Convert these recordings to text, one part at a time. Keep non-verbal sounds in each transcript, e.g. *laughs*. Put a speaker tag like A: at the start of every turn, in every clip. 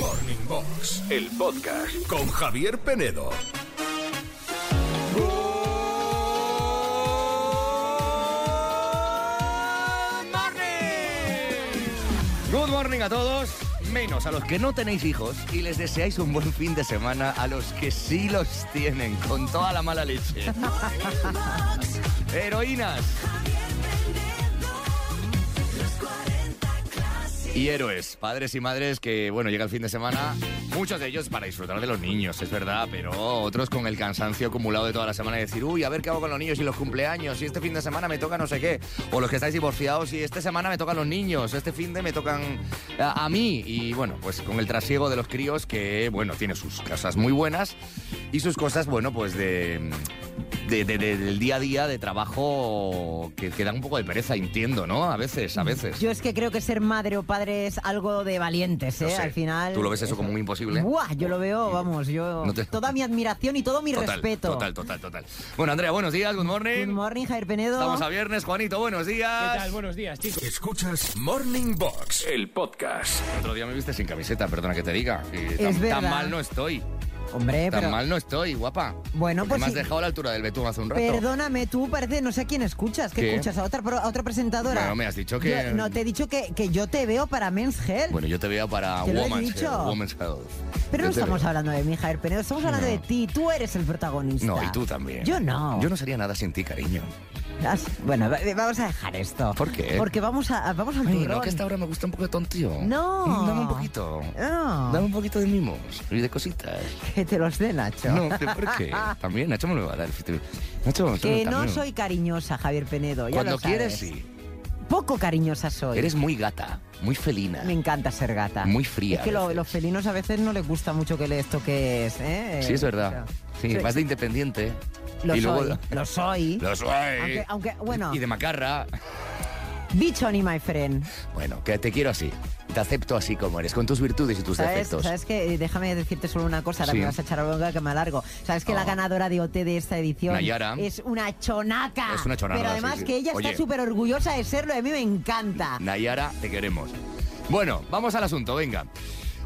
A: Morning Box, el podcast con Javier Penedo.
B: Good morning a todos, menos a los que no tenéis hijos y les deseáis un buen fin de semana a los que sí los tienen, con toda la mala leche. Heroínas y héroes, padres y madres que, bueno, llega el fin de semana, muchos de ellos para disfrutar de los niños, es verdad, pero otros con el cansancio acumulado de toda la semana y decir, uy, a ver qué hago con los niños y los cumpleaños, y este fin de semana me toca no sé qué, o los que estáis divorciados y esta semana me tocan los niños, este fin de me tocan a, a mí, y bueno, pues con el trasiego de los críos que, bueno, tiene sus cosas muy buenas y sus cosas, bueno, pues de... de- de- de- del día a día de trabajo que, que da un poco de pereza, entiendo, ¿no? A veces, a veces.
C: Yo es que creo que ser madre o padre es algo de valientes, ¿eh?
B: No sé.
C: Al final.
B: Tú lo ves eso como muy imposible.
C: Buah, yo lo veo, vamos, yo.
B: No te-
C: Toda mi admiración y todo mi
B: Total,
C: respeto.
B: total, total, total. Bueno, Andrea, buenos días, good morning.
C: Good morning, Jair Penedo.
B: Estamos a viernes, Juanito, buenos días.
D: ¿Qué tal? Buenos días, chicos.
A: Escuchas Morning Box, el podcast.
B: Otro día me viste sin camiseta, perdona que te diga. Y tan,
C: Es
B: tan
C: verdad.
B: mal no estoy.
C: Hombre,
B: Tan
C: pero.
B: mal no estoy, guapa.
C: Bueno,
B: Porque
C: pues
B: Me has
C: sí.
B: dejado a la altura del betún hace un rato.
C: Perdóname, tú parece, no sé a quién escuchas, ¿qué,
B: ¿Qué?
C: escuchas? ¿A otra, pro- a otra presentadora?
B: Bueno, me has dicho que-
C: Yo- no, te he dicho que, que yo te veo para Men's Health.
B: Bueno, yo te veía para
C: Te lo he
B: Woman's
C: dicho.
B: Health. Woman's Health.
C: pero
B: Yo
C: no
B: te
C: estamos
B: veo.
C: hablando de mi Jair Penedo, estamos hablando
B: No.
C: de ti. Tú eres el protagonista.
B: No, y tú también.
C: Yo no.
B: Yo no sería nada sin ti, cariño.
C: Has- Bueno, va- vamos a dejar esto.
B: ¿Por qué?
C: Porque vamos, a, vamos al
B: Ay,
C: turrón.
B: no, que a esta hora me gusta un poco de tontío.
C: No.
B: Dame un poquito.
C: No.
B: Dame un poquito de mimos y de cositas.
C: Que te los dé Nacho.
B: *laughs* No, pero ¿por qué? También, Nacho me lo va a dar. Nacho,
C: que
B: también.
C: no soy cariñosa, Javier Penedo. ya
B: Cuando
C: lo sabes.
B: quieres, sí.
C: Poco cariñosa soy.
B: Eres muy gata, muy felina.
C: Me encanta ser gata.
B: Muy fría
C: Es que
B: a
C: lo-
B: veces.
C: los felinos a veces no les gusta mucho que les toques. ¿eh?
B: Sí, es verdad.
C: O sea,
B: Sí,
C: soy-
B: vas de independiente.
C: Lo
B: y luego...
C: soy. Lo soy.
B: Lo soy.
C: Aunque- aunque, bueno.
B: Y de macarra. *laughs*
C: Bitch on y my friend.
B: Bueno, que te quiero así. Te acepto así como eres, con tus virtudes y tus
C: ¿Sabes,
B: defectos.
C: ¿Sabes qué? Déjame decirte solo una cosa, ahora
B: Sí.
C: me vas a echar a bronca que me alargo. ¿Sabes que
B: No.
C: la ganadora de OT de esta edición
B: Nayara.
C: es una chonaca?
B: Es una chonaca,
C: Pero además
B: sí, sí.
C: que ella
B: Oye.
C: está súper orgullosa de serlo, a mí me encanta.
B: Nayara, te queremos. Bueno, vamos al asunto, venga.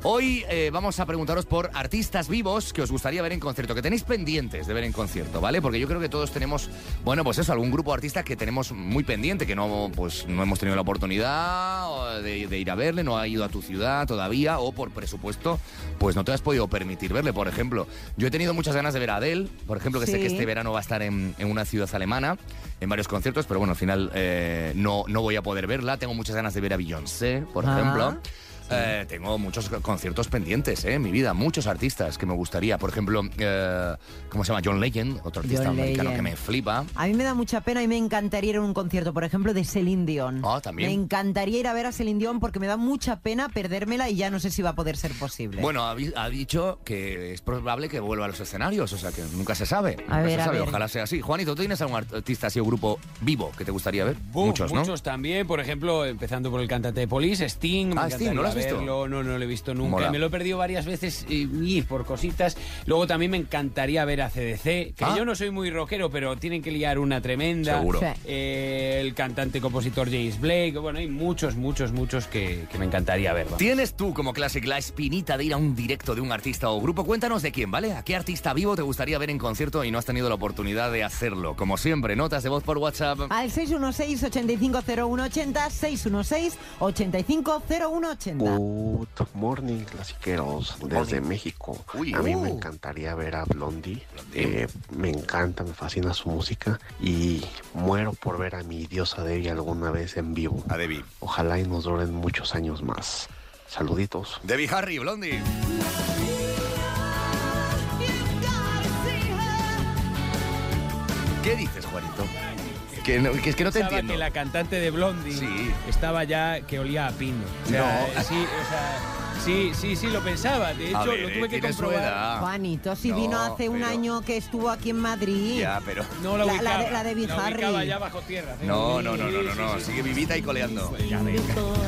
B: Hoy eh, vamos a preguntaros por artistas vivos que os gustaría ver en concierto, que tenéis pendientes de ver en concierto, ¿vale? Porque yo creo que todos tenemos, bueno, pues eso, algún grupo de artistas que tenemos muy pendiente, que no, pues, no hemos tenido la oportunidad o de, de ir a verle, no ha ido a tu ciudad todavía, o por presupuesto, pues no te has podido permitir verle. Por ejemplo, yo he tenido muchas ganas de ver a Adele, por ejemplo, que sé
C: Sí.
B: que este verano va a estar en, en una ciudad alemana, en varios conciertos, pero bueno, al final eh, no, no voy a poder verla. Tengo muchas ganas de ver a Beyoncé, por
C: Ah,
B: ejemplo. Eh, tengo muchos conciertos pendientes eh, en mi vida, muchos artistas que me gustaría. Por ejemplo, eh, ¿cómo se llama? John Legend, otro artista
C: John
B: americano
C: Legend.
B: que me flipa.
C: A mí me da mucha pena y me encantaría ir a un concierto, por ejemplo, de Celine Dion.
B: Ah, también.
C: Me encantaría ir a ver a Celine Dion porque me da mucha pena perdérmela y ya no sé si va a poder ser posible.
B: Bueno, ha, di- ha dicho que es probable que vuelva a los escenarios, o sea que nunca se sabe.
C: A
B: nunca
C: ver,
B: se
C: a
B: sabe,
C: ver.
B: ojalá sea así. Juanito, ¿tú tienes algún art- artista así o grupo vivo que te gustaría ver?
D: Buf,
B: muchos, ¿no?
D: Muchos también, por ejemplo, empezando por el cantante de Police, Sting. me
B: Ah, Sting, ¿no lo has
D: encantaría
B: visto?
D: verlo. No, no lo he visto nunca.
B: Mola.
D: Me lo he perdido varias veces eh, y por cositas. Luego también me encantaría ver a CDC, que
B: Ah.
D: yo no soy muy rockero, pero tienen que liar una tremenda.
B: Seguro.
C: Sí.
D: Eh, el cantante y compositor James Blake. Bueno, hay muchos, muchos, muchos que, que me encantaría ver. vamos.
B: ¿Tienes tú como Classic la espinita de ir a un directo de un artista o grupo? Cuéntanos de quién, ¿vale? ¿A qué artista vivo te gustaría ver en concierto y no has tenido la oportunidad de hacerlo? Como siempre, notas de voz por WhatsApp.
C: Al 616-850180, 616-850180.
E: Good morning, clasiqueros, desde México.
B: Uy.
E: a mí me
B: Uh.
E: encantaría ver a Blondie. Eh, me encanta, me fascina su música y muero por ver a mi diosa Debbie alguna vez en vivo.
B: A Debbie.
E: Ojalá y nos duren muchos años más. Saluditos.
B: Debbie Harry, Blondie. ¿Qué dices, Juanito? Que, no- que es que no te
D: Pensaba
B: entiendo.
D: que la cantante de Blondie
B: Sí.
D: estaba ya que olía a pino. O sea,
B: No.
D: eh, Sí, o sea, sí, sí, sí, lo pensaba. De
B: A
D: hecho,
B: ver,
D: lo
B: eh,
D: tuve que
B: tiene su
D: comprobar.
B: edad.
C: Juanito, si
B: No,
C: vino hace un
B: pero-
C: año que estuvo aquí en Madrid.
B: Ya, pero...
D: No la
C: La- la
D: ubicaba.
C: de- la de Big
D: La ubicaba
C: Harry.
D: ya bajo tierra. ¿sí?
B: No, no, no, no, no,
D: Sí,
B: no.
D: sí, sí.
B: Sigue vivita y coleando.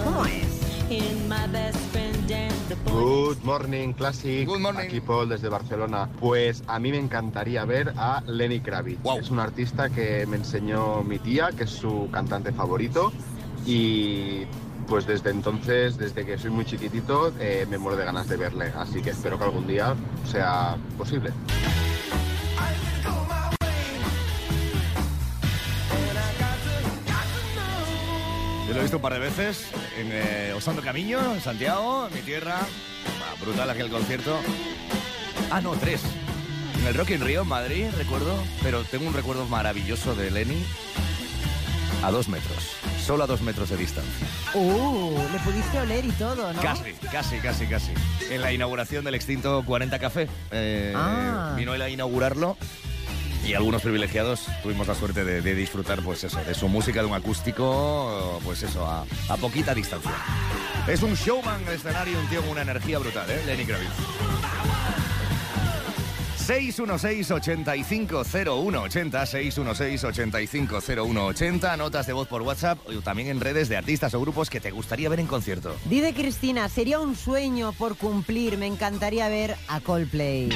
C: ¿Cómo es?
F: in my best friend and the boy.
G: Good morning, Classic.
B: Good morning.
G: Aquí Paul desde Barcelona. Pues a mí me encantaría ver a Lenny Kravitz.
B: Wow.
G: Es un artista que me enseñó mi tía, que es su cantante favorito. y pues desde entonces, desde que soy muy chiquitito, eh, me muero de ganas de verle, así que espero que algún día sea posible.
B: Yo lo he visto un par de veces en eh, Osando Camiño, en Santiago, en mi tierra. Ah, brutal aquel concierto. Ah, no, tres. En el Rock in Rio, en Madrid, recuerdo. Pero tengo un recuerdo maravilloso de Lenny a dos metros. Solo a dos metros de distancia.
C: Uh, le pudiste oler y todo, ¿no?
B: Casi, casi, casi, casi. En la inauguración del extinto 40 Café. eh,
C: Ah.
B: Vino él a inaugurarlo. Y algunos privilegiados tuvimos la suerte de, de disfrutar, pues eso, de su música, de un acústico, pues eso, a, a poquita distancia. Es un showman en el escenario, un tío con una energía brutal, ¿eh? Lenny Kravitz. 616-850180, 616-850180, notas de voz por WhatsApp o también en redes de artistas o grupos que te gustaría ver en concierto.
C: Dice Cristina, sería un sueño por cumplir, me encantaría ver a Coldplay.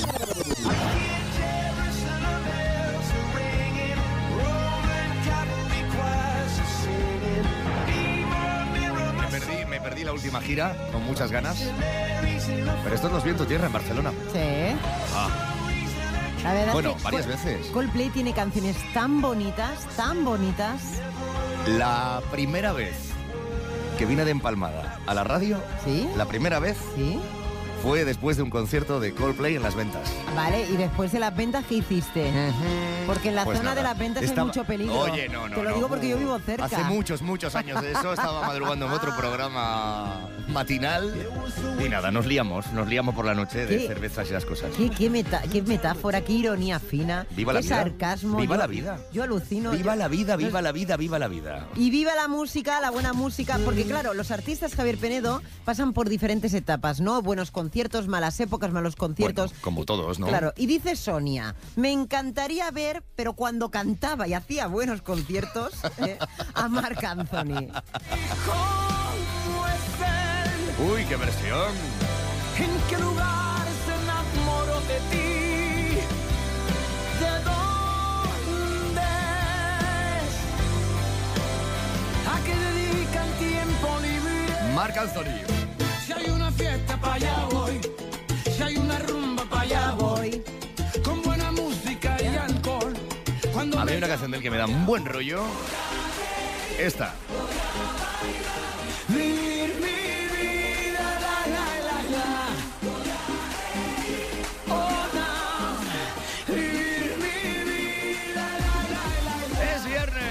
B: Me perdí, me perdí la última gira con muchas ganas. Pero esto los viento tierra en Barcelona.
C: Sí. ¿eh? La verdad
B: Ah. Bueno,
C: es que
B: varias
C: Col-
B: veces.
C: Coldplay tiene canciones tan bonitas, tan bonitas.
B: La primera vez que vine de Empalmada a la radio,
C: ¿Sí?
B: la primera vez
C: Sí.
B: fue después de un concierto de Coldplay en Las Ventas.
C: Vale, y después de las ventas, ¿qué hiciste? Porque en la
B: Pues
C: zona
B: nada,
C: de las ventas
B: estaba-
C: hay mucho peligro.
B: Oye, no, no.
C: Te lo
B: no.
C: digo porque yo vivo cerca.
B: Hace muchos, muchos años de eso.
C: *laughs*
B: Estaba madrugando en otro programa matinal. Y nada, nos liamos. Nos liamos por la noche de
C: ¿Qué?
B: cervezas y las cosas.
C: Qué, qué meta- qué metáfora, qué ironía fina.
B: Viva la
C: qué
B: vida.
C: sarcasmo.
B: Viva
C: Yo-
B: la vida.
C: Yo alucino.
B: Viva
C: yo-
B: la vida, viva la vida, viva la vida.
C: Y viva la música, la buena música, porque claro, los artistas Javier Penedo pasan por diferentes etapas, ¿no? Buenos conciertos, malas épocas, malos conciertos.
B: Bueno, como todos, ¿no?
C: Claro, y dice Sonia, me encantaría ver, pero cuando cantaba y hacía buenos conciertos, *laughs* ¿eh? a Marc Anthony.
B: Uy, qué versión.
H: ¿En qué lugar se enamoró de ti? ¿De dónde es? ¿A qué dedican tiempo libre?
B: Marc Anthony.
H: Si hay una fiesta, para allá voy. Si hay una rumba, para allá voy.
C: Hoy,
H: Con buena música y alcohol. Cuando
B: A mí hay
H: me
B: una canción del que me da un buen rollo. Esta.
H: Vivir mi vida, la, la, la, la. Oh, no. Vivir mi vida, la, la, la, la.
B: ¡Es viernes!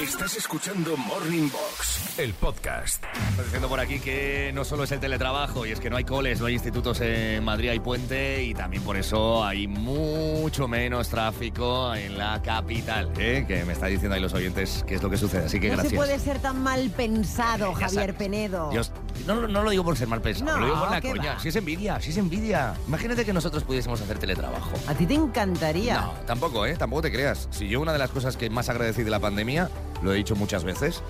A: Estás escuchando Morning Box, el podcast.
B: Está diciendo por aquí que no solo es el teletrabajo, y es que no hay coles, no hay institutos en Madrid, hay puente, y también por eso hay mucho menos tráfico en la capital. ¿eh? Que me está diciendo ahí los oyentes qué es lo que sucede, así que
C: no
B: gracias.
C: se puede ser tan mal pensado,
B: Ya
C: Javier
B: sabes.
C: Penedo.
B: Dios, no, lo- no lo digo por ser mal pensado,
C: No,
B: lo digo por la
C: ¿qué
B: coña.
C: va?
B: Si es envidia, si es envidia. Imagínate que nosotros pudiésemos hacer teletrabajo.
C: A ti te encantaría.
B: No, tampoco, ¿eh? Tampoco te creas. Si yo una de las cosas que más agradecí de la pandemia, lo he dicho muchas veces,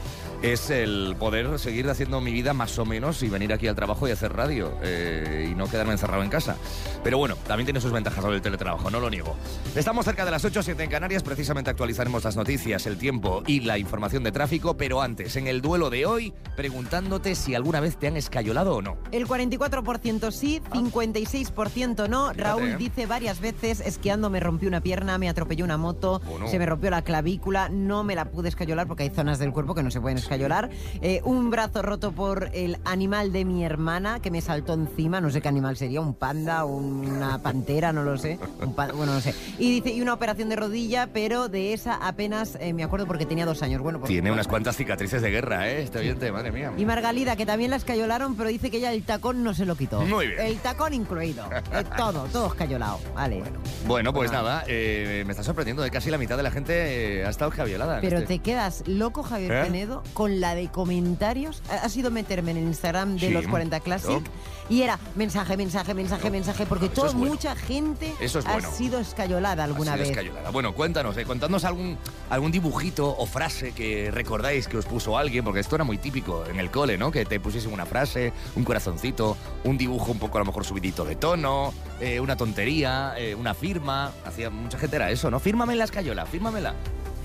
B: es el poder seguir haciendo mi vida más o menos y venir aquí al trabajo y hacer radio eh, y no quedarme encerrado en casa. Pero bueno, también tiene sus ventajas sobre el teletrabajo, no lo niego. Estamos cerca de las 8 7 en Canarias, precisamente actualizaremos las noticias, el tiempo y la información de tráfico, pero antes, en el duelo de hoy, preguntándote si alguna vez te han escayolado o no.
C: El 44% sí, 56% no. Raúl
B: Ah. ¿eh?
C: dice varias veces, esquiando me rompí una pierna, me atropelló una moto,
B: Bueno.
C: se me rompió la clavícula, no me la pude escayolar porque hay zonas del cuerpo que no se pueden escayolar. Eh, un brazo roto por el animal de mi hermana que me saltó encima, no sé qué animal sería, un panda, una pantera, no lo sé. un pa- bueno, no sé. Y dice, y una operación de rodilla, pero de esa apenas eh, me acuerdo porque tenía dos años. Bueno, pues-
B: Tiene unas cuantas cicatrices de guerra, ¿eh? Este oyente, madre mía.
C: y Margalida, que también la escayolaron, pero dice que ella el tacón no se lo quitó.
B: Muy bien.
C: El tacón
B: *laughs*
C: incluido. Eh, todo, todo escayolado. Vale.
B: Bueno, pues nada, eh, me está sorprendiendo de casi la mitad de la gente eh, ha estado escabiolada. en
C: pero
B: este-
C: te quedas estás loco, Javier
B: ¿Eh?
C: Penedo, con la de comentarios. Ha ha sido meterme en el Instagram de
B: Sí,
C: los 40 Classic
B: claro.
C: y era mensaje, mensaje, mensaje,
B: Claro.
C: mensaje, porque
B: Eso
C: toda
B: es bueno.
C: mucha gente
B: Eso es
C: ha
B: bueno.
C: sido escayolada alguna
B: Así de
C: vez.
B: escayolada. Bueno, cuéntanos, eh, contadnos algún, algún dibujito o frase que recordáis que os puso alguien, porque esto era muy típico en el cole, ¿no? Que te pusiesen una frase, un corazoncito, un dibujo un poco a lo mejor subidito de tono, eh, una tontería, eh, una firma. Hacía mucha gente era eso, ¿no? Fírmame en la escayola, fírmamela.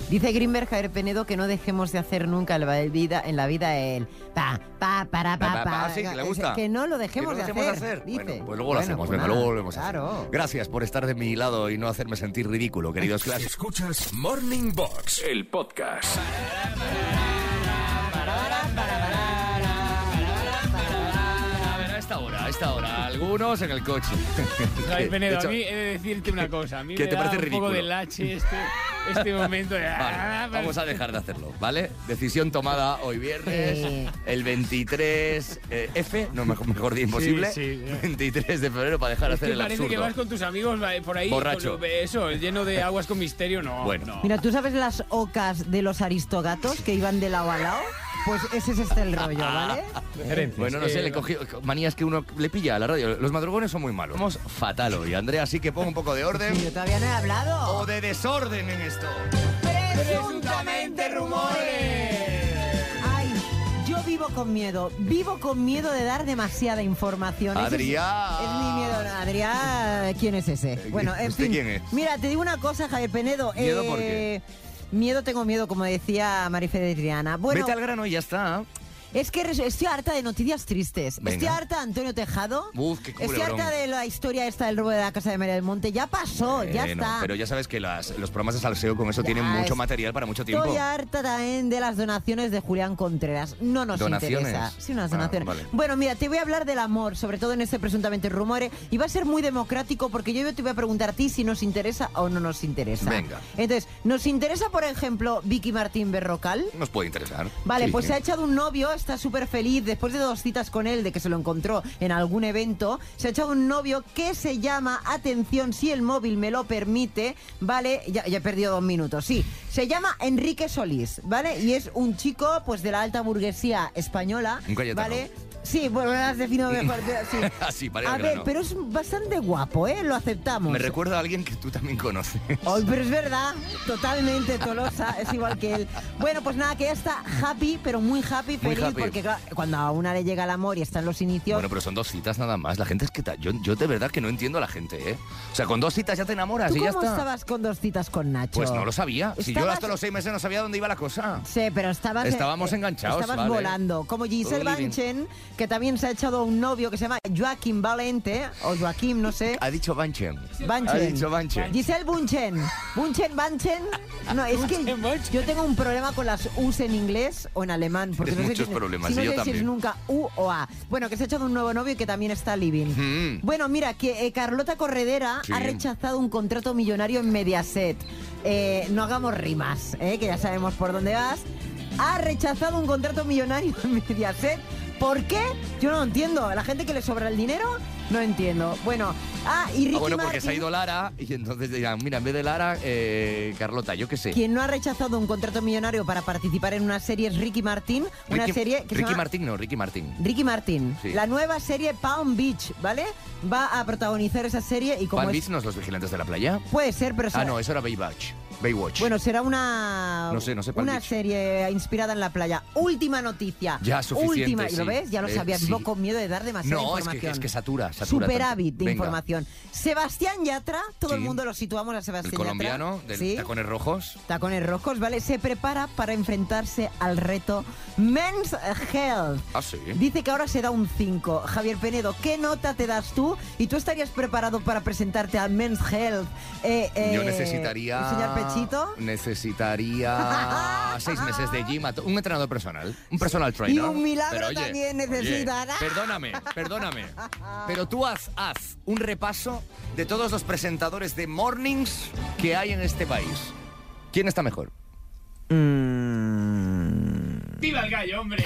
C: Dice Greenberg Javier Penedo que no dejemos de hacer nunca en la vida, en la vida el pa, pa,
B: Pa,
C: para, pa, eh,
B: pa, pa, sí, que le gusta.
C: Que no lo dejemos,
B: Que no lo
C: de
B: dejemos
C: hacer. dice.
B: Bueno, pues luego lo
C: Bueno,
B: hacemos,
C: pues
B: venga,
C: nada,
B: luego volvemos a hacer.
C: Claro.
B: Gracias por estar de mi lado y no hacerme sentir ridículo,
C: *laughs*
B: queridos clásicos.
A: Escuchas Morning Box, el podcast.
B: A esta hora, a esta hora, algunos en el coche. *laughs*
D: Javier
B: De
D: Penedo,
B: hecho,
D: a mí he de decirte una cosa. A mí
B: ¿qué
D: me
B: te
D: da
B: parece
D: un
B: ridículo?
D: poco de lache este, este momento de... Ah,
B: Vale, vamos a dejar de hacerlo, ¿vale? Decisión tomada hoy viernes,
C: Sí.
B: el 23 eh, F, no mejor, mejor día imposible,
D: sí, ya.
B: 23 de febrero para dejar de
D: Es
B: hacer
D: que
B: el
D: parece que
B: absurdo.
D: vas con tus amigos va, por ahí.
B: Borracho.
D: con- eso, lleno de aguas con misterio, no.
B: Bueno.
D: no.
C: Mira, ¿tú sabes las ocas de los aristogatos que iban de lado a lado? Pues ese es este el rollo, ¿vale?
B: Bueno, no sé,
D: Eh,
B: le he cogido manías que uno le pilla a la radio. Los madrugones son muy malos. Vamos fatal hoy, Andrea, así que pon un poco *laughs* de orden
C: Yo todavía no he hablado.
B: o de desorden en esto.
C: Presuntamente Ay, yo vivo con miedo. Vivo con miedo de dar demasiada información. Ese es-
B: Adrián.
C: Es, mi miedo. Adrián, ¿quién es ese?
B: Eh,
C: Bueno, en
B: ¿usted
C: fin.
B: quién es?
C: Mira, te digo una cosa, Javier Penedo. eh,
B: ¿Miedo por
C: Miedo tengo miedo, como decía Marife de Triana. Bueno,
B: Vete al grano y ya está.
C: Es que res- estoy harta de noticias tristes.
B: Venga.
C: Estoy harta de Antonio Tejado.
B: Uf, qué
C: estoy
B: culebrón.
C: harta de la historia esta del robo de la casa de María del Monte. Ya pasó, ya
B: Eh, no,
C: está.
B: pero ya sabes que las- los programas de salseo con eso
C: Ya
B: tienen mucho
C: es-
B: material para mucho tiempo.
C: Estoy harta también de las donaciones de Julián Contreras. No nos
B: ¿Donaciones?
C: interesa. Sí, unas
B: Ah,
C: donaciones.
B: vale.
C: Bueno, mira, te voy a hablar del amor, sobre todo en este presuntamente rumore. Y va a ser muy democrático porque yo te voy a preguntar a ti si nos interesa o no nos interesa.
B: Venga.
C: Entonces, ¿nos interesa, por ejemplo, Vicky Martín Berrocal?
B: Nos puede interesar.
C: Vale,
B: Sí.
C: pues se ha echado un novio, está súper feliz después de dos citas con él, de que se lo encontró en algún evento. Se ha echado un novio que se llama, atención, si el móvil me lo permite, ¿vale? Ya, ya he perdido dos minutos, sí. Se llama Enrique Solís, ¿vale? Y es un chico, pues, de la alta burguesía española.
B: Un Cayetano.
C: ¿Vale? Sí, bueno, lo has definido
B: *laughs*
C: mejor. pero Sí.
B: Así, para ir
C: A
B: al
C: ver,
B: grano.
C: pero es bastante guapo, ¿eh? Lo aceptamos.
B: Me recuerda a alguien que tú también conoces.
C: Ay, Oh, pero es verdad, totalmente Tolosa, es igual que él. Bueno, pues nada, que ya está happy, pero muy happy,
B: Muy
C: feliz,
B: happy.
C: porque claro, cuando a una le llega el amor y está en los inicios,
B: Bueno, pero son dos citas nada más. La gente es que... ta- Yo, yo de verdad que no entiendo a la gente, ¿eh? O sea, con dos citas ya te enamoras
C: ¿tú
B: y
C: cómo
B: pues ya está.
C: estabas con dos citas con Nacho?
B: Pues no lo sabía. Si yo
C: Estabas-
B: hasta los seis meses no sabía dónde iba la cosa.
C: Sí, pero estabas... eh,
B: Estábamos enganchados,
C: Estabas
B: vale.
C: volando. Como Giselle
B: Living.
C: Banchen, que también se ha echado un novio que se llama Joaquín Valente, o Joaquín, no sé.
B: Ha dicho Ah, Banchen.
C: Banchen.
B: Ha dicho Banchen.
C: Giselle Bunchen. Bunchen, Banchen. No, es que
D: Bunchen, Bunchen.
C: yo tengo un problema con las U's en inglés o en alemán. Porque
B: Tienes
C: no sé
B: muchos
C: si-
B: problemas,
C: si no
B: y yo
C: sé si
B: también.
C: es nunca U o A. Bueno, que se ha echado un nuevo novio y que también está living.
B: Mm.
C: Bueno, mira, que eh, Carlota Corredera
B: Sí.
C: ha rechazado un contrato millonario en Mediaset. Eh, no hagamos rimas, eh, que ya sabemos por dónde vas. Ha rechazado un contrato millonario en Mediaset. ¿Por qué? Yo no lo entiendo. La gente que le sobra el dinero, no entiendo. Bueno, ah, y Ricky
B: Ah, bueno, porque se ha
C: Martin-
B: ido Lara y entonces dirán, mira, en vez de Lara, eh, Carlota, yo qué sé.
C: Quien no ha rechazado un contrato millonario para participar en una serie es Ricky Martín, una
B: Ricky-
C: serie que se
B: Ricky
C: llama
B: Martín, no, Ricky Martín.
C: Ricky Martín.
B: Sí.
C: La nueva serie Palm Beach, ¿vale? Va a protagonizar esa serie y como
B: ¿Palm
C: es-
B: Beach no es los vigilantes de la playa?
C: puede ser, pero
B: Ah,
C: será-
B: no, eso era Baywatch. Baywatch.
C: bueno, será una
B: No sé, no sé, Palm
C: una
B: Beach.
C: serie inspirada en la playa. Última noticia.
B: Ya, suficiente,
C: Última, ¿y lo
B: sí.
C: ves? Ya lo
B: Eh,
C: sabías,
B: sí.
C: vivo con miedo de dar demasiada
B: No, es
C: información.
B: que, es que satura, satura.
C: Superávit
B: tanto.
C: de
B: Venga.
C: información. Sebastián Yatra, todo el
B: Sí.
C: mundo lo situamos a Sebastián
B: El colombiano,
C: Yatra.
B: de
C: Sí.
B: tacones rojos.
C: Tacones rojos, ¿vale? Se prepara para enfrentarse al reto Men's Health.
B: Ah, sí.
C: Dice que ahora se da un 5. Javier Penedo, ¿qué nota te das tú? ¿Y tú estarías preparado para presentarte a Men's Health? Eh, eh,
B: Yo necesitaría.
C: Señor Pechito.
B: Necesitaría
C: *laughs*
B: seis meses de gym. a to- Un entrenador personal. Un personal trainer.
C: Y un milagro
B: Pero, oye,
C: también
B: oye,
C: necesitará.
B: perdóname, perdóname. Pero tú haz, haz un repaso de todos los presentadores de mornings que hay en este país. ¿Quién está mejor?
D: ¡Viva el gallo, hombre!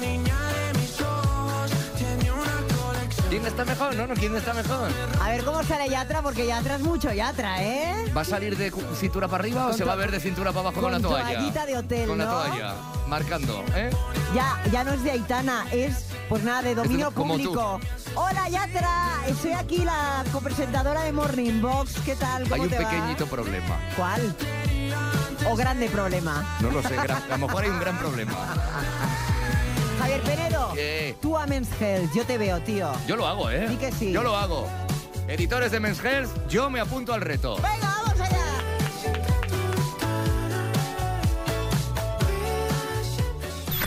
H: niña de mis ojos tiene una colección
B: ¿Quién está mejor? No, no, ¿quién está mejor?
C: A ver cómo sale Yatra, porque Yatra es mucho Yatra, ¿eh?
B: ¿Va a salir de cu- cintura para arriba o
C: Con
B: se
C: to-
B: va a ver de cintura para abajo con,
C: con
B: la toalla?
C: toallita de hotel,
B: Con la
C: ¿no?
B: toalla, marcando, ¿eh?
C: Ya, ya no es de Aitana, es pues nada, de dominio
B: Es como tú.
C: público. Hola Yatra, soy aquí la copresentadora de Morning Box. ¿Qué tal?
B: Hay
C: ¿Cómo
B: un
C: te va?
B: pequeñito problema.
C: ¿Cuál? O grande problema.
B: No lo sé, gran- a lo mejor hay un gran problema.
I: *laughs*
C: Javier Penedo,
B: ¿Qué?
C: tú a Men's Health, yo te veo, tío.
B: Yo lo hago, ¿eh?
C: Di que sí.
B: Yo lo hago. Editores de Men's Health, yo me apunto al reto.
C: Venga, vamos allá.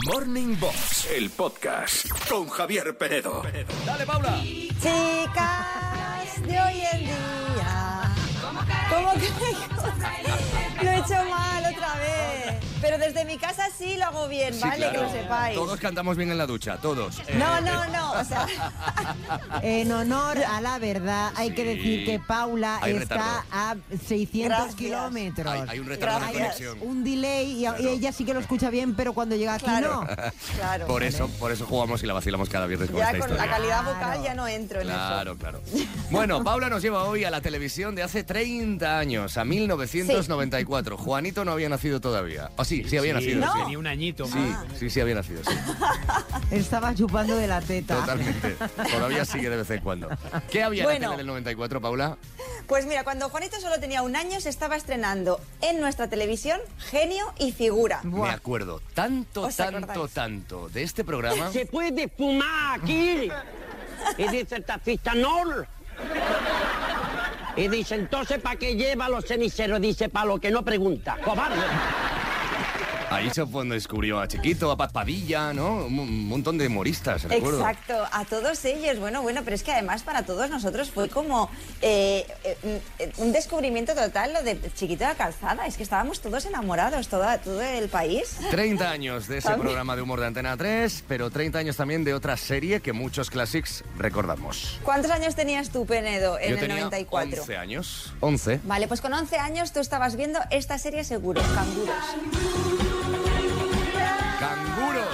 A: Morning Box, el podcast con Javier Penedo.
B: Dale, Paula.
I: Chicas de hoy en día. ¿Cómo que lo he hecho mal otra vez? Pero desde mi casa sí lo hago bien,
B: Sí,
I: ¿vale? Que
B: claro.
I: lo sepáis.
B: Todos cantamos bien en la ducha, todos. Eh,
I: No, no, no.
B: *laughs*
I: O sea,
C: En honor a la verdad, hay que
B: Sí.
C: decir que Paula
B: Hay
C: está
B: retardo.
C: a 600
I: Gracias.
C: kilómetros.
B: Hay, hay un retraso de
I: Gracias.
B: conexión.
C: Un delay y, y ella sí que lo escucha bien, pero cuando llega aquí
I: claro.
C: no.
I: Claro.
B: Eh, Por eso, por eso jugamos y la vacilamos cada viernes con
I: Ya
B: esta
I: con la
B: historia.
I: calidad
C: Claro.
I: vocal ya no entro en eso.
B: Claro,
I: *laughs*
B: claro. Bueno, Paula nos lleva hoy a la televisión de hace 30 años, a 1994. Juanito no había nacido todavía. Ah, sí, sí había nacido.
I: No.
B: Sí.
D: Tenía un añito.
B: Sí, sí, sí había nacido, sí.
C: Estaba chupando de la teta.
B: Totalmente. *laughs* Todavía sigue de vez en cuando. ¿Qué había en la
I: Bueno.
B: tele del 94, Paula?
I: Pues mira, cuando Juanito solo tenía un año se estaba estrenando en nuestra televisión Genio y Figura.
B: Me acuerdo tanto,
I: ¿Os
B: tanto,
I: acordáis?
B: tanto de este
I: *laughs*
B: programa.
J: Se puede fumar aquí. Y dice tafistanol. Y dice, entonces, ¿para qué lleva los ceniceros? Dice, para lo que no pregunta. Cobarde.
B: Ahí se fue donde descubrió a Chiquito, a Paz Padilla, ¿no? Un- Un montón de humoristas, recuerdo.
I: Exacto, a todos ellos. Bueno, bueno, pero es que además para todos nosotros fue como eh, eh, mm, eh, un descubrimiento total lo de Chiquito de la Calzada. Es que estábamos todos enamorados, toda, todo el país.
B: 30 años de ese programa de humor de Antena 3, pero 30 años también de otra serie que muchos classics recordamos.
I: ¿Cuántos años tenías tú, Penedo, en
B: Yo
I: el
B: tenía
I: 94?
B: 11 años. 11.
I: Vale, pues con 11 años tú estabas viendo esta serie seguro, Canguros.
B: ¡Canguros!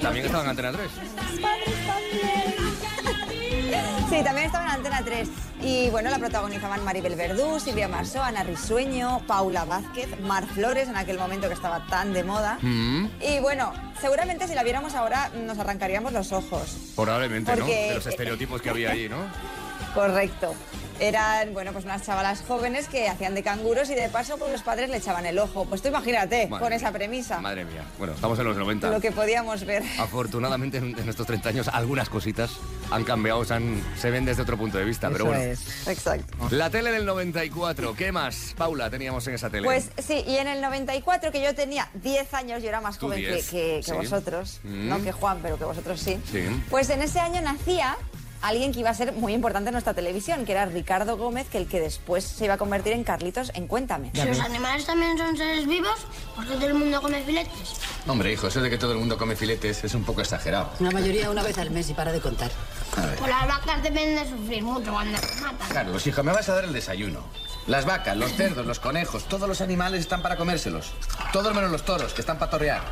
B: También estaba en Antena 3.
I: Sí, también estaba en Antena 3. Y bueno, la protagonizaban Maribel Verdú, Silvia Marsó, Ana Risueño, Paula Vázquez, Mar Flores, en aquel momento que estaba tan de moda.
B: Mm.
C: Mm.
I: Y bueno, seguramente si la viéramos ahora nos arrancaríamos los ojos.
B: Probablemente, ¿no?
I: Porque-
B: De los estereotipos que había ahí, ¿no?
I: Correcto. Eran, bueno, pues unas chavalas jóvenes que hacían de canguros y de paso pues los padres le echaban el ojo. Pues tú imagínate,
B: Madre
I: con
B: mía.
I: esa premisa,
B: Madre Ah. mía. Bueno, estamos en los 90.
I: Ah. lo que podíamos ver.
B: Afortunadamente en, en estos 30 años algunas cositas han cambiado, se, han- se ven desde otro punto de vista, pero
C: Eso
B: bueno.
C: es.
I: *laughs* Exacto.
B: La tele del 94, ¿qué más, Paula, teníamos en esa tele?
I: Pues sí, y en el 94, que yo tenía 10 años, yo era más
B: Tú
I: joven que,
B: 10,
I: que- que
B: sí.
I: vosotros,
B: Mm.
I: no que Juan, pero que vosotros sí.
B: Sí.
I: Pues en ese año nacía alguien que iba a ser muy importante en nuestra televisión, que era Ricardo Gómez, que el que después se iba a convertir en Carlitos en Cuéntame.
K: los animales también son seres vivos, ¿por qué todo el mundo come filetes?
L: Hombre, hijo, eso de que todo el mundo come filetes es un poco exagerado.
J: La mayoría una vez al mes y para de contar.
K: Pues las vacas deben de sufrir mucho cuando las matan.
L: Carlos, hijo, me vas a dar el desayuno. Las vacas, los cerdos, los conejos, todos los animales están para comérselos. Todos menos los toros, que están para torrear.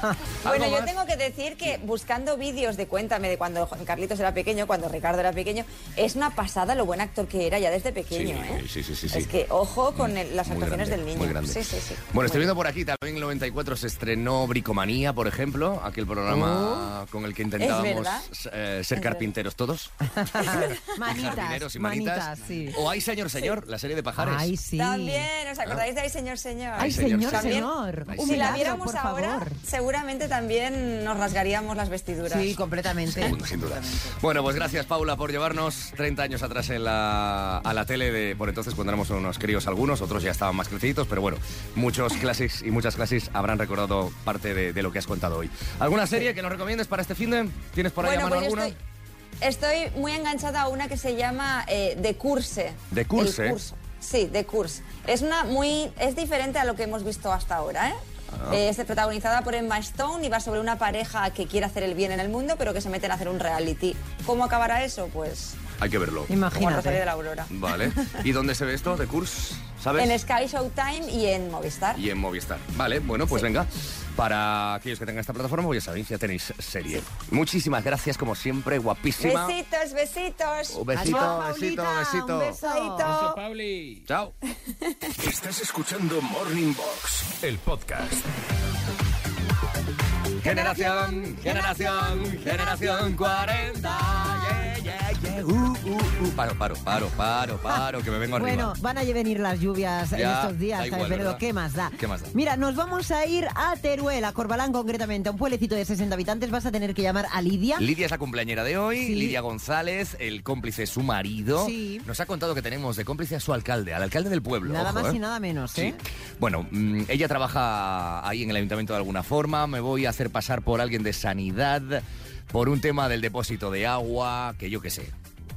B: Ah,
I: Bueno, yo
L: más?
I: tengo que decir que buscando vídeos de Cuéntame de cuando Juan Carlitos era pequeño, cuando Ricardo era pequeño, es una pasada lo buen actor que era ya desde pequeño,
B: Sí,
I: ¿eh?
B: sí, sí, sí, sí.
I: Es que ojo con el- las
B: Muy
I: actuaciones
B: grande,
I: del niño.
B: Muy grande.
I: Sí, sí, sí.
B: Bueno, estoy
I: Muy
B: viendo por aquí, también en el 94 se estrenó Bricomanía, por ejemplo, aquel programa con el que intentábamos
I: Oh. verdad.
B: eh, ser carpinteros todos. *laughs* jardineros
C: manitas,
B: y *laughs* manitas.
C: manitas, sí.
B: O Ay, señor, señor, la serie de pajares.
C: Ay, sí. Ah.
I: También, ¿os acordáis de ahí, señor, señor?
C: Ay,
B: señor,
C: señor,
B: también.
C: señor.
B: Ay,
C: Un
I: si la
C: milagro,
I: viéramos
C: por
I: ahora,
C: favor.
I: seguramente también nos rasgaríamos las vestiduras.
C: Sí, completamente.
B: Bueno, sin duda. Bueno, pues gracias Paula por llevarnos 30 años atrás en la, a la tele de por entonces cuando éramos unos críos algunos, otros ya estaban más creciditos, pero bueno, muchos clases y muchas clases habrán recordado parte de, de lo que has contado hoy. ¿Alguna serie que nos recomiendes para este fin de? ¿Tienes por ahí a
I: bueno,
B: mano
I: pues yo
B: alguna?
I: estoy, estoy muy enganchada a una que se llama eh, De Curse.
B: De Curse.
I: El curso. Sí, De Curse. Es una muy es diferente a lo que hemos visto hasta ahora, ¿eh?
C: Ah.
I: Eh, es protagonizada por Emma Stone y va sobre una pareja que quiere hacer el bien en el mundo, pero que se meten a hacer un reality. ¿Cómo acabará eso? Pues
B: Hay que verlo.
I: como el Rosario de
C: Imagínate.
I: la Aurora.
B: Vale. ¿Y dónde se ve esto? ¿De Curs? ¿sabes?
I: En Sky Showtime y en Movistar.
B: Y en Movistar. Vale, bueno, pues venga. Para aquellos que tengan esta plataforma, pues ya sabéis, ya tenéis serie. Muchísimas gracias, como siempre, guapísima.
I: Besitos, besitos.
B: Un besito,
I: Adiós,
B: besito,
I: Paulita.
B: besito.
I: Un besadito.
B: Chao.
A: Estás escuchando Morning Box, el podcast.
B: Generación, generación, generación 40. Yeah, yeah, yeah. Uh, uh, uh. Paro, paro, paro, paro, paro, que me vengo arriba.
C: Bueno, van a venir las lluvias en
B: Ya,
C: estos días,
B: da
C: ¿sabes?
B: igual,
C: Pero
B: ¿verdad?
C: ¿qué más da?
B: ¿Qué más da?
C: Mira, nos vamos a ir a Teruel, a Corbalán concretamente, a un pueblecito de 60 habitantes. Vas a tener que llamar a Lidia.
B: Lidia es la cumpleañera de hoy,
C: Sí.
B: Lidia González, el cómplice es su marido.
C: Sí.
B: Nos ha contado que tenemos de cómplice a su alcalde, al alcalde del pueblo.
C: nada
B: ojo,
C: más
B: ¿eh?
C: y nada menos,
B: Sí.
C: ¿eh?
B: Bueno, mm, ella trabaja ahí en el ayuntamiento de alguna forma, me voy a hacer pasar por alguien de sanidad, por un tema del depósito de agua, que yo qué sé.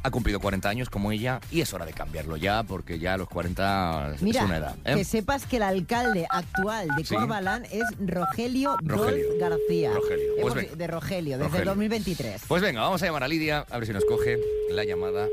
B: Ha cumplido 40 años como ella y es hora de cambiarlo ya, porque ya a los 40 es-
C: Mira,
B: es una edad. ¿eh?
C: que sepas que el alcalde actual de
B: Sí.
C: Corbalán es Rogelio,
B: Rogelio.
C: Dolz García.
B: Rogelio,
C: Eh,
B: pues
C: por-
B: venga.
C: de Rogelio, desde el
B: Rogelio.
C: 2023.
B: Pues venga, vamos a llamar a Lidia, a ver si nos coge la llamada.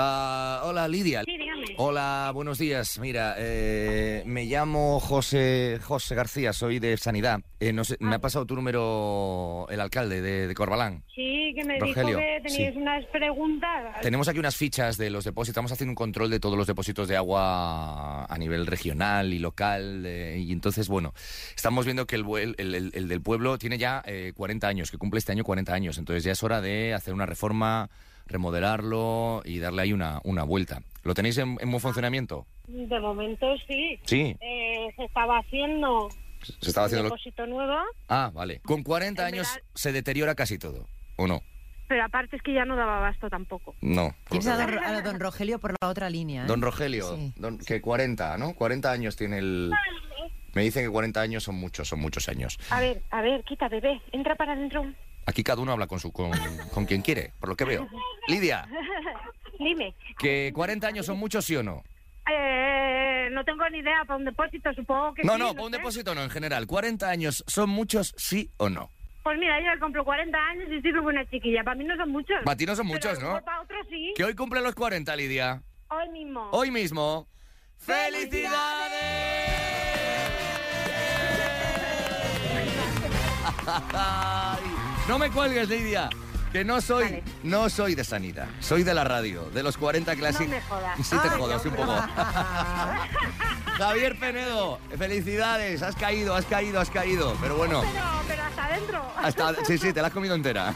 B: Ah, hola Lidia.
H: Sí, dígame.
B: Hola, buenos días. Mira, eh, me llamo José José García, soy de Sanidad. Eh, no sé,
H: Ah.
B: me ha pasado tu número el alcalde de, de Corbalán.
M: Sí, que me
B: Rogelio,
M: dijo que teníais
B: sí.
M: unas preguntas.
B: Tenemos aquí unas fichas de los depósitos. Estamos haciendo un control de todos los depósitos de agua a nivel regional y local. eh, y entonces, bueno, estamos viendo que el, vuel- el- el- el del pueblo tiene ya eh, 40 años, que cumple este año 40 años. Entonces ya es hora de hacer una reforma, remodelarlo y darle ahí una, una vuelta. ¿Lo tenéis en, en buen funcionamiento?
M: De momento sí.
B: Sí.
M: Eh, se estaba haciendo
B: Se estaba haciendo
M: un
B: lo...
M: depósito nuevo,
B: Ah, vale. Con 40 años se deteriora casi todo, ¿o no?
M: pero aparte es que ya no daba abasto tampoco.
B: No.
C: Tienes a don, a don Rogelio por la otra línea. ¿eh?
B: Don Rogelio,
C: Sí.
B: don- que 40, ¿no? 40 años tiene el... Me dicen que 40 años son muchos, son muchos años.
M: A ver, a ver, quita bebé, entra para adentro.
B: Aquí cada uno habla con su con, con quien quiere, por lo que veo. Lidia,
M: *laughs* Dime,
B: que 40 años son muchos, ¿sí o no?
M: eh, no tengo ni idea para un depósito, supongo que
B: No,
M: sí,
B: no, para un
M: sé.
B: depósito no, en general. ¿40 años son muchos, sí o no?
M: Pues mira, yo compro 40 años y soy como una chiquilla. Para mí no son muchos.
B: Para ti no son
M: Pero
B: muchos,
M: a lo mejor
B: ¿no?
M: Para otros sí.
B: Que hoy cumple los 40, Lidia.
M: Hoy mismo.
B: Hoy mismo.
M: ¡Felicidades!
B: Ay, no me cuelgues, Lidia. Que no soy, no soy de sanidad, soy de la radio, de los 40 Classic.
H: No me jodas.
B: Sí te
H: Ay,
B: jodas un
H: hombre.
B: poco. Javier Penedo, felicidades, has caído, has caído, has caído. Pero bueno,
M: Pero, pero hasta adentro.
B: hasta, sí, sí, te la has comido entera.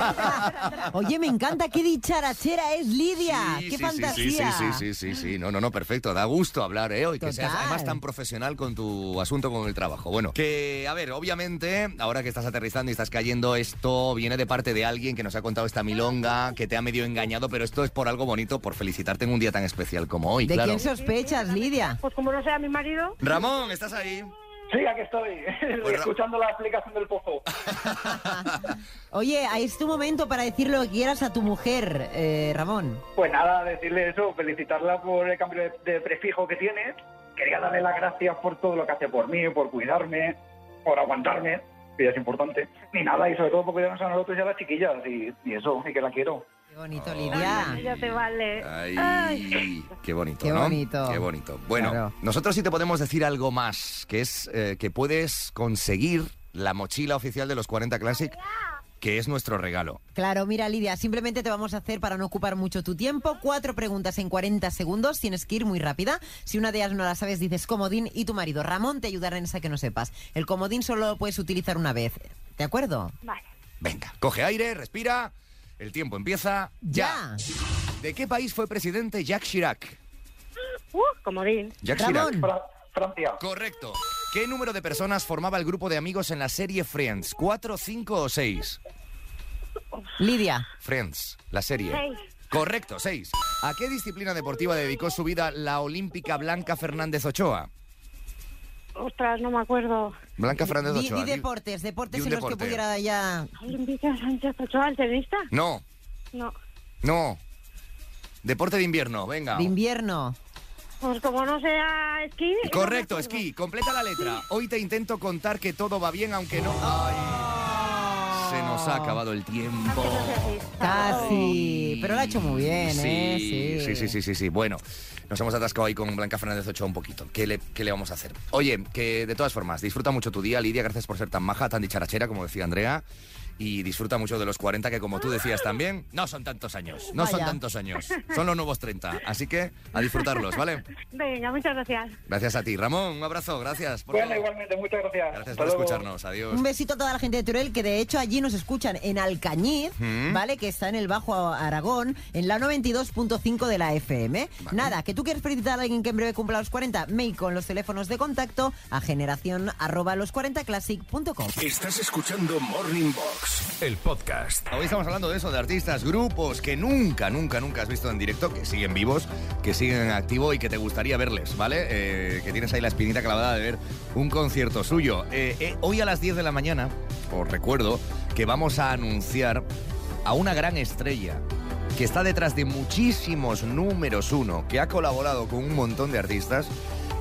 C: *laughs* Oye, me encanta qué dicharachera es Lidia.
B: Sí,
C: qué
B: sí, sí, sí,
C: fantasía.
B: Sí, sí, sí, sí, sí. No, no, no, perfecto. Da gusto hablar, ¿eh? Hoy que seas
C: Total.
B: además tan profesional con tu asunto, con el trabajo. Bueno, que, a ver, obviamente, ahora que estás aterrizando y estás cayendo, esto viene de parte de alguien que nos ha contado esta milonga, que te ha medio engañado, pero esto es por algo bonito, por felicitarte en un día tan especial como hoy,
C: ¿De
B: claro.
C: quién sospechas, Lidia?
M: Pues como no sea mi marido.
B: Ramón, ¿estás ahí? Pues
N: Sí, aquí estoy, *laughs* escuchando la explicación del pozo.
C: Oye, ahí es tu momento para decir lo que quieras a tu mujer, eh, Ramón.
N: Pues nada, decirle eso, felicitarla por el cambio de, de prefijo que tiene. Quería darle las gracias por todo lo que hace por mí, por cuidarme, por aguantarme, que ya es importante. Y nada, y sobre todo por cuidarnos a nosotros y a las chiquillas, y, y eso, y que la quiero.
C: Qué bonito,
M: Ya.
C: Lidia.
M: Ya te vale.
B: Ay,
M: Ay.
B: Qué bonito,
C: Qué
B: ¿no?
C: bonito.
B: Qué bonito. Bueno,
C: Claro.
B: nosotros sí te podemos decir algo más, que es eh, que puedes conseguir la mochila oficial de los 40 Classic, que es nuestro regalo.
C: Claro, mira, Lidia, simplemente te vamos a hacer, para no ocupar mucho tu tiempo, cuatro preguntas en 40 segundos. Tienes que ir muy rápida. Si una de ellas no la sabes, dices comodín y tu marido. Ramón te ayudará en esa que no sepas. El comodín solo lo puedes utilizar una vez. ¿De acuerdo?
M: Vale.
B: Venga, coge aire, respira. El tiempo empieza ya. ¿De qué país fue presidente Jacques Chirac?
M: Uh, comodín.
B: Jacques
M: Ramón.
B: Chirac.
N: Francia.
B: Correcto. ¿Qué número de personas formaba el grupo de amigos en la serie Friends? ¿Cuatro, cinco o seis?
C: Lidia.
B: Friends, la serie.
C: Seis.
B: Correcto, seis. ¿A qué disciplina deportiva dedicó su vida la olímpica Blanca Fernández Ochoa?
M: Ostras, no me acuerdo.
B: Blanca Fernández
C: Di,
B: Ochoa.
C: di
B: di-
C: deportes, deportes
B: di un
C: en los
B: deporte.
C: que pudiera ya...
M: ¿Olímpica Sánchez Ochoa, el tenista?
B: No,
M: No.
B: no. Deporte de invierno, venga.
C: De invierno.
M: Pues como no sea esquí.
B: Correcto, esquí. Completa la letra. Hoy te intento contar que todo va bien, aunque no. Ay. Se nos ha acabado el tiempo.
C: Casi. Pero lo ha hecho muy bien, ¿eh?
B: Sí, sí, sí, sí, sí, sí. Bueno, nos hemos atascado ahí con Blanca Fernández Ochoa un poquito. ¿Qué le, qué le vamos a hacer? Oye, que de todas formas, disfruta mucho tu día, Lidia. Gracias por ser tan maja, tan dicharachera, como decía Andrea. Y disfruta mucho de los 40, que como tú decías también, no son tantos años. No son
M: Vaya.
B: tantos años. Son los nuevos 30. Así que a disfrutarlos, ¿vale?
M: Venga, muchas gracias.
B: Gracias a ti. Ramón, un abrazo. Gracias por,
N: Bueno,
B: todo.
N: igualmente, muchas gracias.
B: Gracias
N: Hasta
B: por
N: luego.
B: escucharnos. Adiós.
C: Un besito a toda la gente de Teruel, que de hecho allí nos escuchan en Alcañiz,
B: Mm.
C: ¿vale? Que está en el Bajo Aragón, en la 92.5 de la FM. Nada, que tú quieres felicitar a alguien que en breve cumpla los 40, mail con los teléfonos de contacto a generación arroba los 40 classic.com.
A: Estás escuchando Morning Box, el podcast.
B: Hoy estamos hablando de eso, de artistas, grupos que nunca, nunca, nunca has visto en directo, que siguen vivos, que siguen en activo y que te gustaría verles, ¿vale? Eh, que tienes ahí la espinita clavada de ver un concierto suyo. Eh, eh, hoy a las 10 de la mañana, os recuerdo que vamos a anunciar a una gran estrella que está detrás de muchísimos números uno, que ha colaborado con un montón de artistas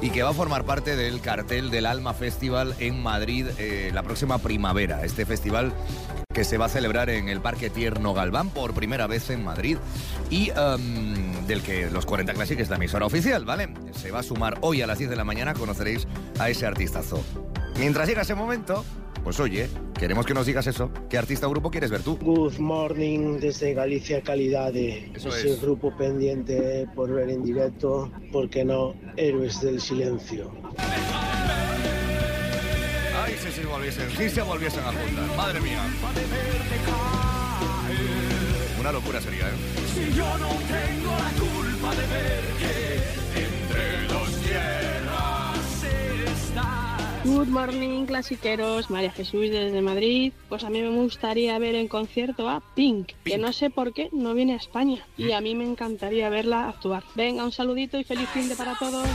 B: y que va a formar parte del cartel del Alma Festival en Madrid eh, la próxima primavera. Este festival que se va a celebrar en el Parque Tierno Galván por primera vez en Madrid y em, del que los 40 Classic es la emisora oficial, ¿vale? Se va a sumar hoy a las 10 de la mañana, conoceréis a ese artistazo. Mientras llega ese momento, pues oye, queremos que nos digas eso. ¿Qué artista o grupo quieres ver tú?
O: Good morning desde Galicia Calidade.
B: Eso
O: Ese
B: es.
O: grupo pendiente por ver en directo, porque no, Héroes del Silencio.
B: Ay, si se volviesen, si se volviesen a juntar. Madre mía. Una locura sería, ¿eh?
H: Si yo no tengo la culpa de ver que entre dos tierras está.
P: Good morning, clasiqueros. María Jesús desde Madrid. Pues a mí me gustaría ver en concierto a Pink, que no sé por qué no viene a España. Y a mí me encantaría verla actuar. Venga, un saludito y feliz fin de para todos.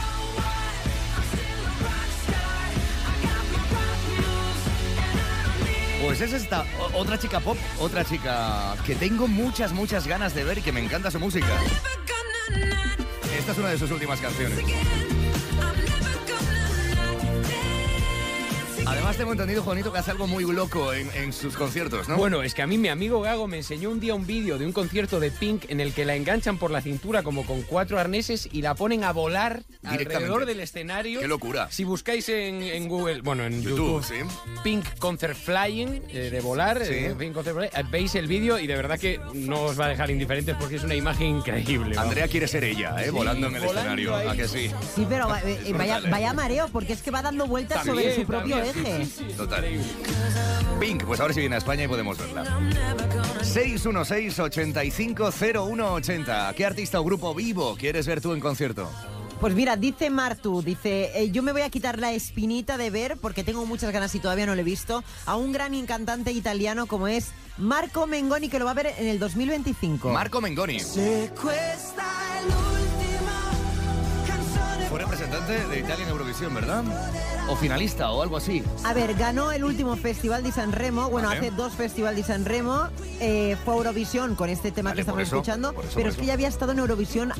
B: Pues es esta, o- otra chica pop, otra chica que tengo muchas, muchas ganas de ver y que me encanta su música. Esta es una de sus últimas canciones. Además tengo entendido, Juanito, que hace algo muy loco en, en sus conciertos, ¿no?
D: Bueno, es que a mí mi amigo Gago me enseñó un día un vídeo de un concierto de Pink en el que la enganchan por la cintura como con cuatro arneses y la ponen a volar
B: Directamente.
D: alrededor del escenario.
B: ¡Qué locura!
D: Si buscáis en, en Google, bueno, en
B: YouTube,
D: YouTube,
B: sí.
D: Pink Concert Flying, eh, de volar,
B: Sí.
D: eh, Pink Concert Flying, eh, veis el vídeo y de verdad que no os va a dejar indiferentes porque es una imagen increíble. vamos.
B: Andrea quiere ser ella, ¿eh?
D: Sí,
B: volando en el
D: volando
B: escenario.
D: ahí.
B: ¿A que sí?
C: Sí, pero va- eh, vaya,
B: Brutal, ¿eh?
C: vaya mareo, porque es que va dando vueltas sobre su propio eje.
B: Total. Pink, pues ahora sí viene a España y podemos verla. 616-850180. ¿Qué artista o grupo vivo quieres ver tú en concierto?
C: Pues mira, dice Martu, dice, eh, yo me voy a quitar la espinita de ver, porque tengo muchas ganas y todavía no lo he visto, a un gran cantante italiano como es Marco Mengoni, que lo va a ver en el 2025.
B: Marco Mengoni.
H: Se cuesta el
B: Fue representante de Italia en Eurovisión, ¿verdad? O finalista o algo así.
C: A ver, ganó el último Festival de San Remo, bueno,
B: Vale.
C: hace dos Festival de San Remo, eh, fue a Eurovisión con este tema
B: Vale,
C: que estamos
B: por eso,
C: escuchando,
B: por eso,
C: pero
B: por
C: es que
B: eso.
C: ya había estado en Eurovisión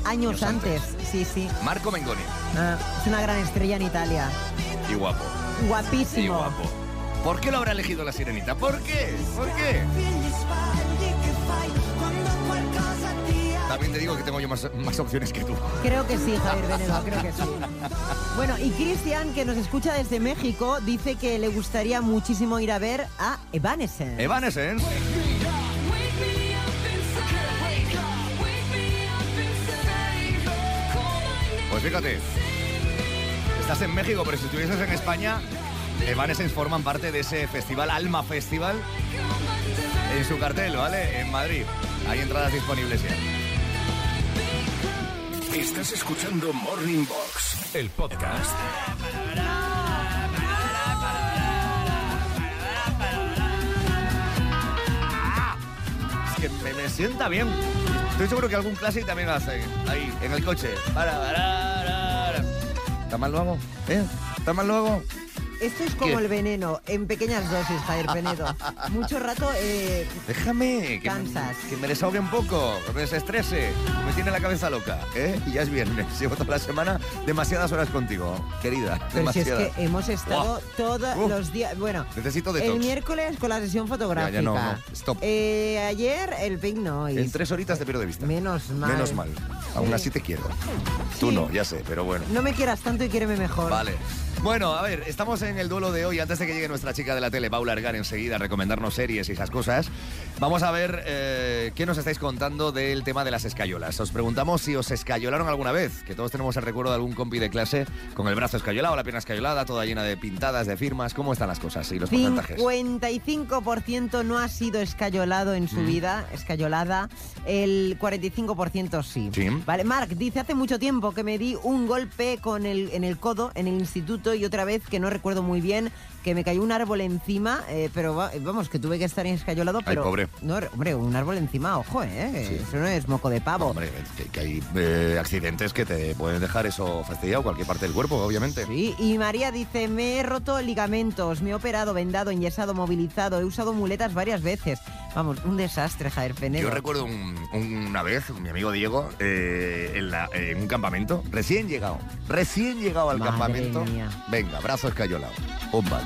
B: Años
C: años,
B: antes.
C: antes. Sí, sí.
B: Marco Mengoni.
C: Ah, es una gran estrella en Italia.
B: Y guapo. Y
C: Guapísimo.
B: guapo. ¿Por qué lo habrá elegido la sirenita? ¿Por qué? ¿Por qué? También te digo que tengo yo más, más opciones que tú.
C: Creo que sí,
B: *laughs*
C: Javier Venedo, creo que sí. Bueno, y Cristian, que nos escucha desde México, dice que le gustaría muchísimo ir a ver a Evanescence.
B: Evanescence. Pues fíjate, estás en México, pero si estuvieses en España, Evanescence forman parte de ese festival, Alma Festival, en su cartel, ¿vale? En Madrid. Hay entradas disponibles ya.
A: Estás escuchando Morning Box, el podcast.
B: Es que me, me sienta bien. Estoy seguro que algún clase también lo hace ahí, en el coche. Para, para, para. ¿Está mal lo hago? ¿Eh? ¿Está mal lo hago?
C: Esto es como
B: ¿Qué?
C: el veneno, en pequeñas dosis, Javier Penedo.
B: *laughs*
C: Mucho rato eh,
B: Déjame, que,
C: Cansas.
B: me- que me desahogue un poco, que me desestrese. Me tiene la cabeza loca, ¿eh? Y ya es viernes. *laughs* Llevo toda la semana demasiadas horas contigo, querida.
C: Pero pues si es
B: demasiadas.
C: que hemos estado
B: Buah.
C: todos
B: Uf.
C: los días. Bueno,
B: Necesito
C: el
B: detox.
C: miércoles con la sesión
B: Ya,
C: fotográfica.
B: ya no, no. Stop.
C: Eh, ayer el Pink Noise.
B: En tres horitas te pierdo de vista.
C: Menos mal.
B: Menos mal. Aún así te quiero. Tú no, ya sé, pero bueno.
C: No me quieras tanto y quiéreme mejor.
B: Vale. Bueno, a ver, estamos en el duelo de hoy. Antes de que llegue nuestra chica de la tele, Paula Argar, enseguida a recomendarnos series y esas cosas, vamos a ver eh, qué nos estáis contando del tema de las escayolas. Os preguntamos si os escayolaron alguna vez, que todos tenemos el recuerdo de algún compi de clase con el brazo escayolado, la pierna escayolada, toda llena de pintadas, de firmas. ¿Cómo están las cosas y los porcentajes?
C: 55% no ha sido escayolado en su
B: Mm.
C: vida, escayolada. El 45% sí.
B: Sí.
C: Vale, Mark dice, hace mucho tiempo que me di un golpe con el, en el codo en el instituto y otra vez que no recuerdo muy bien que me cayó un árbol encima, eh, pero va- vamos, que tuve que estar escayolado, pero...
B: pobre.
C: No, hombre, un árbol encima, ojo, ¿eh?
B: Sí.
C: Eso no es moco de pavo.
B: Hombre, que, que hay eh, accidentes que te pueden dejar eso fastidiado, cualquier parte del cuerpo, obviamente.
C: Sí, Y María dice, me he roto ligamentos, me he operado, vendado, enyesado, movilizado, he usado muletas varias veces. Vamos, un desastre, Javier Penedo.
B: Yo recuerdo un- una vez, mi amigo Diego, eh, en, la- en un campamento, recién llegado, recién llegado al
C: Madre
B: campamento.
C: mía.
B: Venga, brazo escayolado, un bat.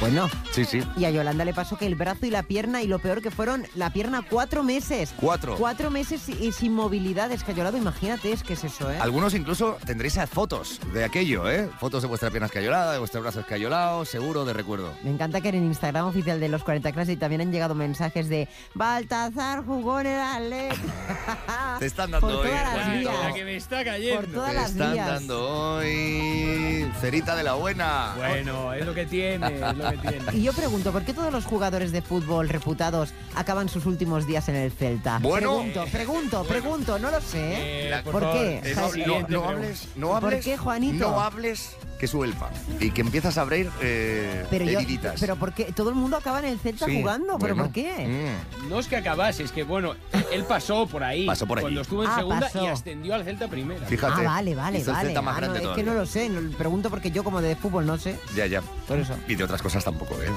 C: Bueno.
B: Sí, sí.
C: Y a Yolanda le pasó que el brazo y la pierna, y lo peor que fueron la pierna cuatro meses.
B: Cuatro.
C: Cuatro meses y y sin movilidad, escayolado, imagínate, es que es eso, ¿eh?
B: Algunos incluso tendréis fotos de aquello, ¿eh? Fotos de vuestra pierna escayolada, de vuestro brazo escayolado, seguro de recuerdo.
C: Me encanta que en el Instagram oficial de los 40 Clases también han llegado mensajes de Baltazar jugó en el Atleti".
B: *laughs* Te están dando
C: Por
B: hoy.
C: todas las
B: Juanito.
C: vías.
D: La que me está cayendo.
C: Por todas
B: Te
C: las
B: están
C: vías.
B: dando hoy. Cerita de la buena.
D: Bueno, es lo que tiene, es lo que tiene.
C: Y yo pregunto, ¿por qué todos los jugadores de fútbol reputados acaban sus últimos días en el Celta?
B: Bueno. Eh,
C: pregunto, pregunto, pregunto, no lo sé. ¿eh?
B: La-
C: ¿Por qué?
B: Es-
C: Javi?
B: no, no hables, no
C: ¿eh? ¿Por
B: hables.
C: qué, Juanito?
B: No hables que sube el pan. Y que empiezas a abrir eh,
C: pero yo,
B: heriditas.
C: pero ¿por qué? Todo el mundo acaba en el Celta
B: Sí,
C: jugando, pero
B: bueno. Mm,
C: ¿por qué?
D: No es que acabase, es que bueno, él pasó por ahí.
B: Pasó por ahí.
D: Cuando estuvo en
C: Ah,
D: segunda
C: pasó.
D: y ascendió al Celta primera.
B: Fíjate.
C: Ah, vale, vale,
B: Hizo el
C: vale.
B: Celta más
C: Ah, no,
B: grande
C: es que
B: todavía.
C: no lo sé, no- pregunto porque yo como de fútbol no sé.
B: Ya, ya.
C: Por eso.
B: Y de otras cosas tampoco, ¿eh?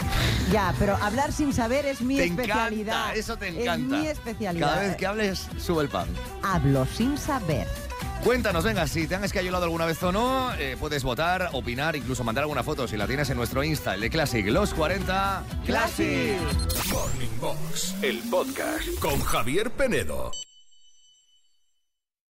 C: Ya, pero hablar sin saber es mi
B: Te encanta,
C: especialidad.
B: eso te encanta.
C: Es mi especialidad.
B: Cada vez que hables, sube el pan.
C: Hablo sin saber.
B: Cuéntanos, venga, si te han escayolado alguna vez o no, eh, puedes votar, opinar, incluso mandar alguna foto si la tienes en nuestro Insta, el de Classic, los 40 Classic.
A: Morning Box, el podcast con Javier Penedo.